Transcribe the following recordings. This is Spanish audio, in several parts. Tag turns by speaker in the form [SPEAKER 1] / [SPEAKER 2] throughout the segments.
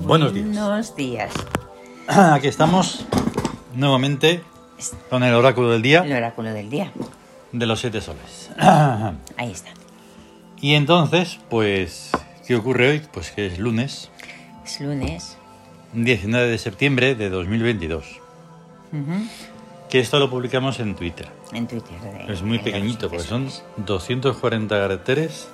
[SPEAKER 1] Buenos días.
[SPEAKER 2] Buenos días.
[SPEAKER 1] Aquí estamos nuevamente con el oráculo del
[SPEAKER 2] El
[SPEAKER 1] día
[SPEAKER 2] oráculo del día.
[SPEAKER 1] de los siete soles.
[SPEAKER 2] Ahí está.
[SPEAKER 1] Y entonces, pues, ¿qué ocurre hoy? Pues que es lunes,
[SPEAKER 2] Es lunes.
[SPEAKER 1] 19 de septiembre de 2022.
[SPEAKER 2] Ujú.
[SPEAKER 1] Que esto lo publicamos en Twitter.
[SPEAKER 2] En Twitter. de-
[SPEAKER 1] Es muy
[SPEAKER 2] de
[SPEAKER 1] pequeñito,
[SPEAKER 2] los
[SPEAKER 1] porque son
[SPEAKER 2] sucesos.
[SPEAKER 1] 240 caracteres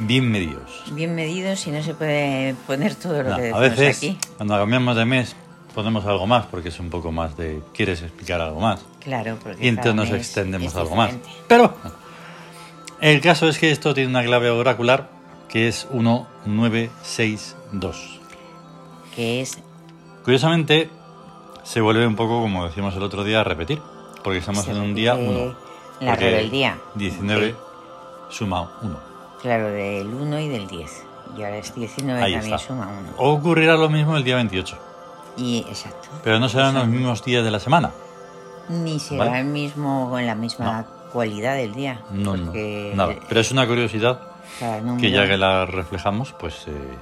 [SPEAKER 1] bien medidos.
[SPEAKER 2] Bien medidos y no se puede poner todo lo
[SPEAKER 1] No,
[SPEAKER 2] que
[SPEAKER 1] a
[SPEAKER 2] decimos
[SPEAKER 1] veces,
[SPEAKER 2] aquí.
[SPEAKER 1] cuando cambiamos de mes, ponemos algo más, porque es un poco más de quieres explicar algo más.
[SPEAKER 2] Claro, porque
[SPEAKER 1] Y entonces
[SPEAKER 2] cada
[SPEAKER 1] nos
[SPEAKER 2] mes es
[SPEAKER 1] extendemos algo más.
[SPEAKER 2] diferente.
[SPEAKER 1] Pero bueno, el caso es que esto tiene una clave oracular que es 1962.
[SPEAKER 2] Que es
[SPEAKER 1] Curiosamente, se vuelve un poco, como decíamos el otro día, a repetir. Porque estamos
[SPEAKER 2] Se
[SPEAKER 1] en un día
[SPEAKER 2] repite
[SPEAKER 1] 1.
[SPEAKER 2] la rebeldía.
[SPEAKER 1] 19
[SPEAKER 2] Sí.
[SPEAKER 1] suma 1.
[SPEAKER 2] claro del 1 y del 10. Y ahora es 19
[SPEAKER 1] Ahí
[SPEAKER 2] también
[SPEAKER 1] está.
[SPEAKER 2] suma 1.
[SPEAKER 1] Ocurrirá lo mismo el día 28.
[SPEAKER 2] Y exacto.
[SPEAKER 1] Pero no serán los
[SPEAKER 2] Exacto.
[SPEAKER 1] mismos días de la semana.
[SPEAKER 2] Ni será
[SPEAKER 1] ¿Vale?
[SPEAKER 2] el mismo con la misma cualidad del día.
[SPEAKER 1] No, no.
[SPEAKER 2] porque
[SPEAKER 1] Nada. Pero es una curiosidad
[SPEAKER 2] cada número-
[SPEAKER 1] que ya que la reflejamos, pues eh,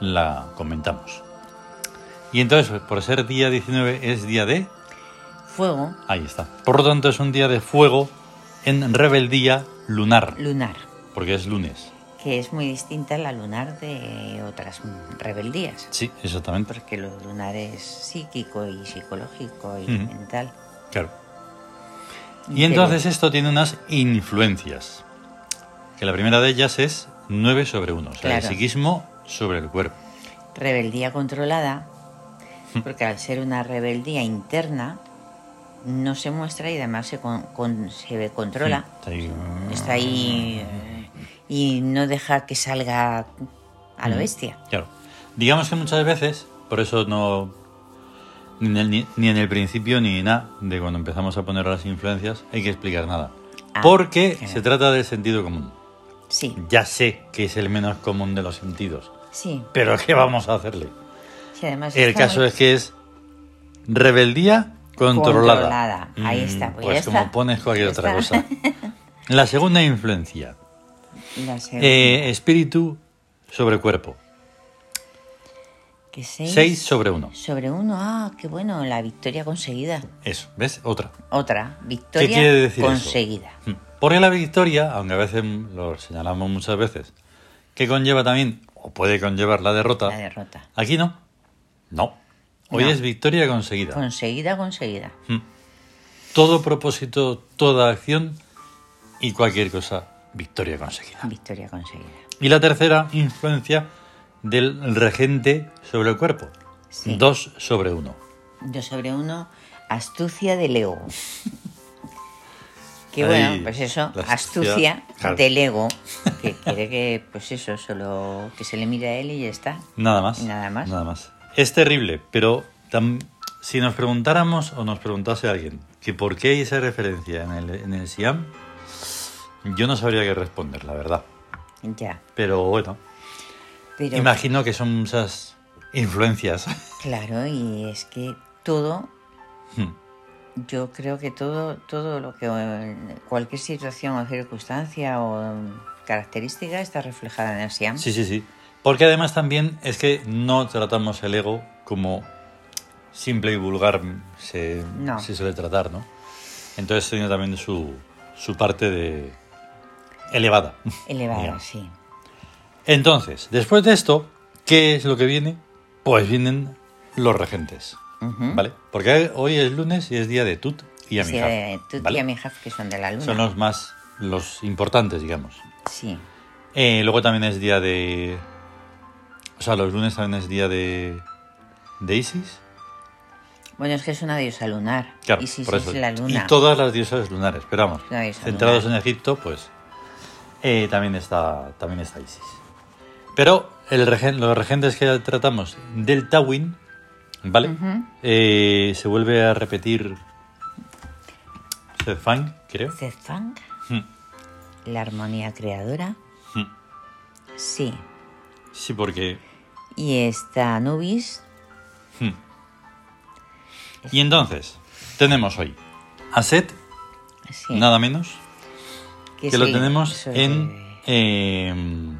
[SPEAKER 1] la comentamos. Y entonces, por ser día 19, es día de...
[SPEAKER 2] Fuego
[SPEAKER 1] Ahí está. Por lo tanto, es un día de fuego en rebeldía lunar,
[SPEAKER 2] lunar.
[SPEAKER 1] porque es lunes.
[SPEAKER 2] que es muy distinta a la lunar de otras rebeldías,
[SPEAKER 1] Sí, exactamente.
[SPEAKER 2] porque lo lunar es psíquico y psicológico y
[SPEAKER 1] Ujú.
[SPEAKER 2] mental.
[SPEAKER 1] Claro. Y entonces esto tiene unas influencias. Que la primera de ellas es 9 sobre 1, o sea, el
[SPEAKER 2] Claro.
[SPEAKER 1] psiquismo sobre el cuerpo.
[SPEAKER 2] Pero rebeldía controlada, porque al ser una rebeldía interna, no se muestra y además se, con- con- se controla.
[SPEAKER 1] Está ahí,
[SPEAKER 2] Está ahí eh, y no deja que salga a lo bestia.
[SPEAKER 1] Claro. Digamos que muchas veces, por eso no. Ni en, el, ni- ni en el principio ni nada de cuando empezamos a poner las influencias hay que explicar nada.
[SPEAKER 2] Ah,
[SPEAKER 1] Porque
[SPEAKER 2] claro.
[SPEAKER 1] se trata del sentido común.
[SPEAKER 2] Sí,
[SPEAKER 1] Ya sé que es el menos común de los sentidos,
[SPEAKER 2] sí.
[SPEAKER 1] pero ¿qué vamos a hacerle?
[SPEAKER 2] Sí, además
[SPEAKER 1] El
[SPEAKER 2] está
[SPEAKER 1] caso
[SPEAKER 2] muy-
[SPEAKER 1] es que es rebeldía controlada.
[SPEAKER 2] Controlada. Ahí está, pues
[SPEAKER 1] Pues,
[SPEAKER 2] ya
[SPEAKER 1] como
[SPEAKER 2] está.
[SPEAKER 1] pones cualquier
[SPEAKER 2] Ya
[SPEAKER 1] otra
[SPEAKER 2] está.
[SPEAKER 1] cosa. La segunda influencia,
[SPEAKER 2] la segunda,
[SPEAKER 1] eh, espíritu sobre cuerpo.
[SPEAKER 2] que seis-
[SPEAKER 1] 6 sobre 1.
[SPEAKER 2] Sobre uno, ah, qué bueno, la victoria conseguida.
[SPEAKER 1] Eso, ¿ves? Otra.
[SPEAKER 2] Otra, victoria
[SPEAKER 1] quiere decir eso?
[SPEAKER 2] conseguida.
[SPEAKER 1] Porque la victoria, aunque a veces lo señalamos muchas veces, que conlleva también, o puede conllevar la derrota,
[SPEAKER 2] La derrota.
[SPEAKER 1] aquí no. No. Hoy
[SPEAKER 2] No. Pues-
[SPEAKER 1] es victoria conseguida.
[SPEAKER 2] Conseguida, conseguida.
[SPEAKER 1] Todo propósito, toda acción y cualquier cosa, victoria conseguida.
[SPEAKER 2] Victoria conseguida.
[SPEAKER 1] Y la tercera influencia del regente sobre el cuerpo.
[SPEAKER 2] Sí.
[SPEAKER 1] 2 sobre 1.
[SPEAKER 2] Dos sobre uno, astucia de Lego. Que
[SPEAKER 1] Ahí,
[SPEAKER 2] bueno, pues eso,
[SPEAKER 1] la astucia,
[SPEAKER 2] astucia
[SPEAKER 1] claro.
[SPEAKER 2] de Lego, que quiere que, pues eso, solo que se le mire a él y ya está.
[SPEAKER 1] Nada más.
[SPEAKER 2] Nada más.
[SPEAKER 1] Nada más. Es terrible, pero tam- si nos preguntáramos o nos preguntase alguien que por qué hay esa referencia en el, en el Siam, yo no sabría qué responder, la verdad.
[SPEAKER 2] Ya.
[SPEAKER 1] Pero bueno,
[SPEAKER 2] Pero
[SPEAKER 1] imagino que son esas influencias.
[SPEAKER 2] claro, y es que todo
[SPEAKER 1] Hmm.
[SPEAKER 2] Yo creo que todo, todo lo que eh, cualquier situación o circunstancia o mm, característica está reflejada en el SIAM.
[SPEAKER 1] sí, sí, sí. Porque además también es que no tratamos el ego como simple y vulgar se,
[SPEAKER 2] No.
[SPEAKER 1] se suele tratar, ¿no? Entonces tiene también su, su parte de elevada.
[SPEAKER 2] Elevada,
[SPEAKER 1] Digamos.
[SPEAKER 2] sí.
[SPEAKER 1] Entonces, después de esto, ¿qué es lo que viene? Pues vienen los regentes,
[SPEAKER 2] Ujú.
[SPEAKER 1] ¿vale? Porque hoy es lunes y es día de Tut y
[SPEAKER 2] Sí,
[SPEAKER 1] Amijaf,
[SPEAKER 2] eh, tú
[SPEAKER 1] ¿vale?
[SPEAKER 2] y Amijaf, que son de la luna.
[SPEAKER 1] Son los más, los importantes, digamos.
[SPEAKER 2] Sí,
[SPEAKER 1] Eh, luego también es día de... O sea, los lunes también es día de... ¿De Isis?
[SPEAKER 2] bueno, es que es una diosa lunar.
[SPEAKER 1] Claro,
[SPEAKER 2] y si
[SPEAKER 1] por eso.
[SPEAKER 2] es la luna.
[SPEAKER 1] Y todas las diosas lunares, pero vamos,
[SPEAKER 2] La diosa
[SPEAKER 1] centrados
[SPEAKER 2] lunar.
[SPEAKER 1] en Egipto, pues eh, también, está, también está Isis. Pero el regen- los regentes que tratamos del Tawin, ¿vale?
[SPEAKER 2] Ujú.
[SPEAKER 1] Eh, se vuelve a repetir Zedfang, creo.
[SPEAKER 2] Zefang,
[SPEAKER 1] Mm,
[SPEAKER 2] la armonía creadora.
[SPEAKER 1] mm.
[SPEAKER 2] Sí.
[SPEAKER 1] Sí, porque...
[SPEAKER 2] Y está Anubis.
[SPEAKER 1] mm. Y entonces, tenemos hoy a Set,
[SPEAKER 2] Sí,
[SPEAKER 1] nada menos, que
[SPEAKER 2] es
[SPEAKER 1] lo em,
[SPEAKER 2] el-
[SPEAKER 1] tenemos
[SPEAKER 2] eso es
[SPEAKER 1] en
[SPEAKER 2] de-
[SPEAKER 1] eh,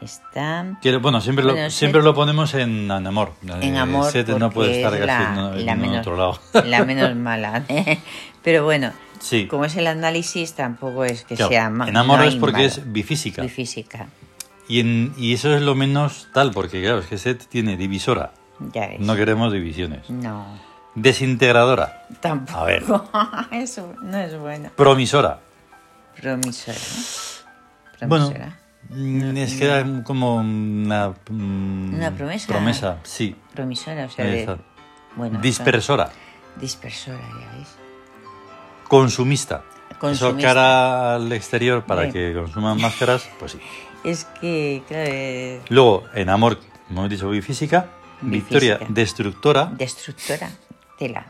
[SPEAKER 2] Está
[SPEAKER 1] Quiero- bueno, siempre,
[SPEAKER 2] Bueno,
[SPEAKER 1] lo, siempre
[SPEAKER 2] Seth-
[SPEAKER 1] lo ponemos en, en amor.
[SPEAKER 2] en
[SPEAKER 1] Eh,
[SPEAKER 2] amor.
[SPEAKER 1] Seth no
[SPEAKER 2] porque
[SPEAKER 1] puede estar
[SPEAKER 2] es
[SPEAKER 1] casi
[SPEAKER 2] la,
[SPEAKER 1] en- en
[SPEAKER 2] la
[SPEAKER 1] ningún
[SPEAKER 2] menos,
[SPEAKER 1] otro lado.
[SPEAKER 2] la menos mala. Pero bueno,
[SPEAKER 1] sí.
[SPEAKER 2] como es el análisis, tampoco es que
[SPEAKER 1] Claro,
[SPEAKER 2] sea ma-
[SPEAKER 1] en amor
[SPEAKER 2] no
[SPEAKER 1] es
[SPEAKER 2] hay
[SPEAKER 1] porque
[SPEAKER 2] malo.
[SPEAKER 1] es bifísica.
[SPEAKER 2] Muy física.
[SPEAKER 1] Y, en- y eso es lo menos tal, porque claro, es que Seth tiene divisora.
[SPEAKER 2] Ya ves.
[SPEAKER 1] No queremos divisiones.
[SPEAKER 2] No,
[SPEAKER 1] Desintegradora.
[SPEAKER 2] tampoco.
[SPEAKER 1] A ver.
[SPEAKER 2] Eso no es bueno.
[SPEAKER 1] Promisora.
[SPEAKER 2] Promisora.
[SPEAKER 1] Bueno,
[SPEAKER 2] Promisora.
[SPEAKER 1] mm, es que era como una, mm,
[SPEAKER 2] Una promesa.
[SPEAKER 1] Promesa, sí.
[SPEAKER 2] Promisora, o sea, de-
[SPEAKER 1] Esa.
[SPEAKER 2] bueno,
[SPEAKER 1] Dispersora.
[SPEAKER 2] son- dispersora, ya ves.
[SPEAKER 1] Consumista. Eso
[SPEAKER 2] Consumista.
[SPEAKER 1] cara al exterior para
[SPEAKER 2] Bien.
[SPEAKER 1] que consuman máscaras, pues sí.
[SPEAKER 2] Es que, claro, eh,
[SPEAKER 1] Luego, en amor, como hemos dicho, bifísica.
[SPEAKER 2] Bifísica.
[SPEAKER 1] Victoria, destructora.
[SPEAKER 2] destructora, tela,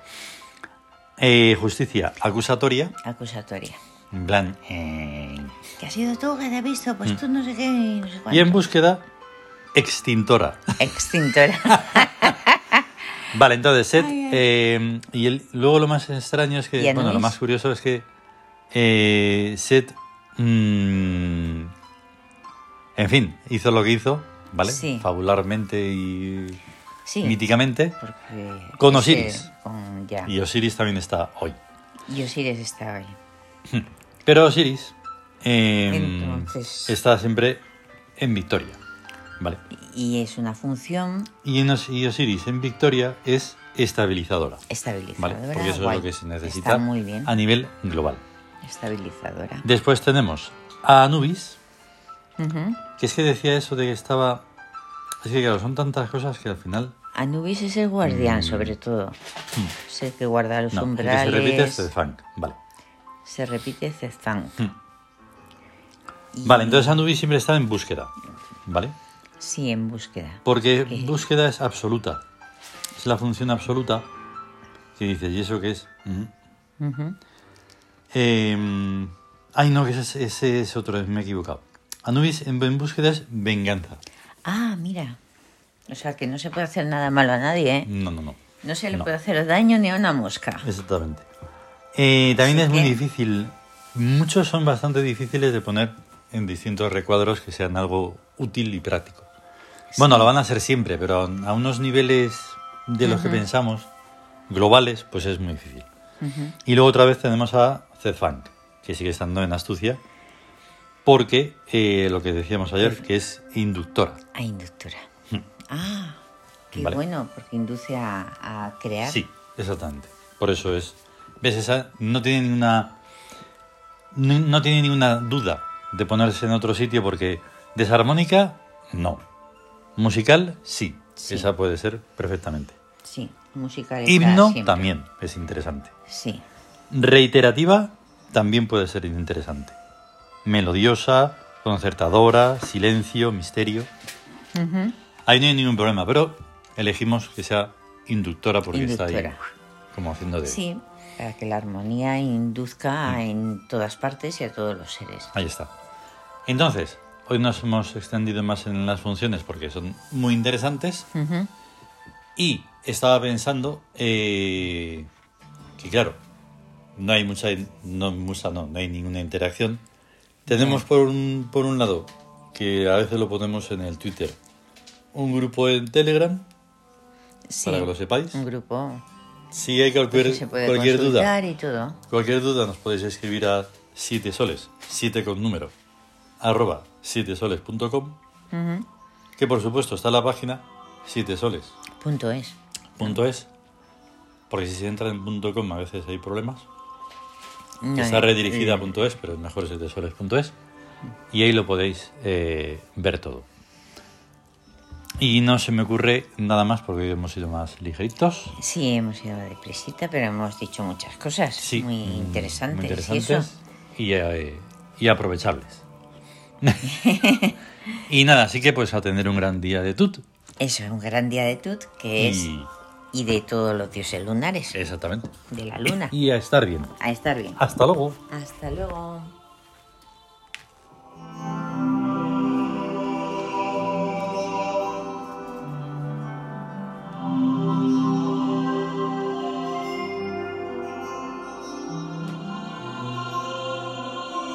[SPEAKER 1] Eh, justicia, acusatoria.
[SPEAKER 2] acusatoria.
[SPEAKER 1] En plan. eh.
[SPEAKER 2] Que ha sido tú que te has visto,
[SPEAKER 1] Mm.
[SPEAKER 2] pues tú no sé qué, y no sé cuánto.
[SPEAKER 1] Y en búsqueda, extintora.
[SPEAKER 2] Extintora.
[SPEAKER 1] Vale, entonces Seth.
[SPEAKER 2] Ay, ay.
[SPEAKER 1] eh, y el- luego lo más extraño es que.
[SPEAKER 2] ¿Y Annelies?
[SPEAKER 1] Bueno, lo más curioso es que. eh, Seth. mm, en fin, hizo lo que hizo, ¿vale?
[SPEAKER 2] Sí.
[SPEAKER 1] Fabularmente y.
[SPEAKER 2] Sí.
[SPEAKER 1] míticamente.
[SPEAKER 2] Porque
[SPEAKER 1] Con
[SPEAKER 2] ese-
[SPEAKER 1] Osiris.
[SPEAKER 2] con- ya.
[SPEAKER 1] Y Osiris también está hoy.
[SPEAKER 2] Y Osiris está ahí.
[SPEAKER 1] Pero Osiris. eh,
[SPEAKER 2] Entonces.
[SPEAKER 1] Está siempre en Victoria. ¿Vale?
[SPEAKER 2] Y es una función
[SPEAKER 1] Y, en Os- y Osiris en Victoria es estabilizadora. ¿Vale?
[SPEAKER 2] estabilizadora.
[SPEAKER 1] Porque eso
[SPEAKER 2] guay.
[SPEAKER 1] es lo que se necesita
[SPEAKER 2] Está muy bien.
[SPEAKER 1] a nivel global.
[SPEAKER 2] Estabilizadora.
[SPEAKER 1] Después tenemos a Anubis,
[SPEAKER 2] Ujú.
[SPEAKER 1] que es que decía eso de que estaba... Es que claro, son tantas cosas que al final...
[SPEAKER 2] Anubis es el guardián, sobre todo. Sé que guarda los
[SPEAKER 1] Mm. Hmm. No, el que
[SPEAKER 2] umbrales.
[SPEAKER 1] se repite es de Funk. Vale.
[SPEAKER 2] se repite Zezán.
[SPEAKER 1] Mm.
[SPEAKER 2] Y-
[SPEAKER 1] Vale, entonces Anubis siempre está en búsqueda. ¿Vale?
[SPEAKER 2] Sí, en búsqueda.
[SPEAKER 1] Porque
[SPEAKER 2] Ok.
[SPEAKER 1] búsqueda es absoluta. Es la función absoluta que dice, ¿y eso qué es? Mm.
[SPEAKER 2] Ujú.
[SPEAKER 1] Eh, ay, no, que ese, ese es otro, me he equivocado. Anubis en, en búsqueda es venganza.
[SPEAKER 2] Ah, mira. O sea, que no se puede hacer nada malo a nadie, ¿eh?
[SPEAKER 1] No, no, no.
[SPEAKER 2] No se le
[SPEAKER 1] No.
[SPEAKER 2] puede hacer daño ni a una mosca.
[SPEAKER 1] Exactamente. Eh, también
[SPEAKER 2] Así
[SPEAKER 1] es muy
[SPEAKER 2] que-
[SPEAKER 1] difícil. Muchos son bastante difíciles de poner en distintos recuadros que sean algo útil y práctico. Bueno, lo van a hacer siempre, pero a, a unos niveles de los que pensamos, globales, pues es muy difícil. Y luego otra vez tenemos a Zedfunk, que sigue estando en astucia, porque eh, lo que decíamos ayer, que es inductora.
[SPEAKER 2] A inductora. Ah, qué
[SPEAKER 1] Hmm. Vale.
[SPEAKER 2] bueno, porque induce a, a crear.
[SPEAKER 1] Sí, exactamente. Por eso es. ¿Ves? Esa no tiene ninguna. No, no tiene ninguna duda de ponerse en otro sitio porque desarmónica, no. Musical, sí.
[SPEAKER 2] Sí.
[SPEAKER 1] Esa puede ser perfectamente.
[SPEAKER 2] Sí, musicalizar
[SPEAKER 1] Himno
[SPEAKER 2] siempre.
[SPEAKER 1] también es interesante.
[SPEAKER 2] Sí,
[SPEAKER 1] Reiterativa también puede ser interesante. Melodiosa, concertadora, silencio, misterio. Ahí no hay ningún problema, pero elegimos que sea inductora porque está ahí
[SPEAKER 2] Inductora.
[SPEAKER 1] como haciendo de...
[SPEAKER 2] sí, para que la armonía induzca
[SPEAKER 1] Hmm.
[SPEAKER 2] en todas partes y a todos los seres.
[SPEAKER 1] Ahí está. Entonces, hoy nos hemos extendido más en las funciones porque son muy interesantes
[SPEAKER 2] Ujú.
[SPEAKER 1] y estaba pensando eh, que claro, no hay mucha, no, mucha no, no hay ninguna interacción. Tenemos por un, por un lado, que a veces lo ponemos en el Twitter, un grupo en Telegram,
[SPEAKER 2] Sí,
[SPEAKER 1] para que lo sepáis.
[SPEAKER 2] un grupo
[SPEAKER 1] Si hay
[SPEAKER 2] que
[SPEAKER 1] cualquier,
[SPEAKER 2] se puede
[SPEAKER 1] cualquier duda,
[SPEAKER 2] consultar y todo.
[SPEAKER 1] Cualquier duda nos podéis escribir a 7 soles, 7 con número, arroba 7 soles.com, que por supuesto está en la página 7 soles.es,
[SPEAKER 2] Punto es.
[SPEAKER 1] porque si se entra en punto .com a veces hay problemas.
[SPEAKER 2] No
[SPEAKER 1] está
[SPEAKER 2] es-
[SPEAKER 1] redirigida a punto .es, pero es mejor 7 soles.es, y ahí lo podéis eh, ver todo. Y no se me ocurre nada más porque hoy hemos sido más ligeritos.
[SPEAKER 2] Sí, hemos ido depresita, pero hemos dicho muchas cosas
[SPEAKER 1] Sí,
[SPEAKER 2] muy
[SPEAKER 1] mm,
[SPEAKER 2] interesantes.
[SPEAKER 1] muy
[SPEAKER 2] Y
[SPEAKER 1] interesantes
[SPEAKER 2] eso,
[SPEAKER 1] y, eh, y aprovechables. y nada, así que pues a tener un gran día de tut.
[SPEAKER 2] eso es un gran día de Tut, que es...
[SPEAKER 1] Y-
[SPEAKER 2] Y de todos los dioses lunares.
[SPEAKER 1] Exactamente.
[SPEAKER 2] De la luna.
[SPEAKER 1] Y a estar bien.
[SPEAKER 2] A estar bien.
[SPEAKER 1] Hasta luego.
[SPEAKER 2] Hasta luego.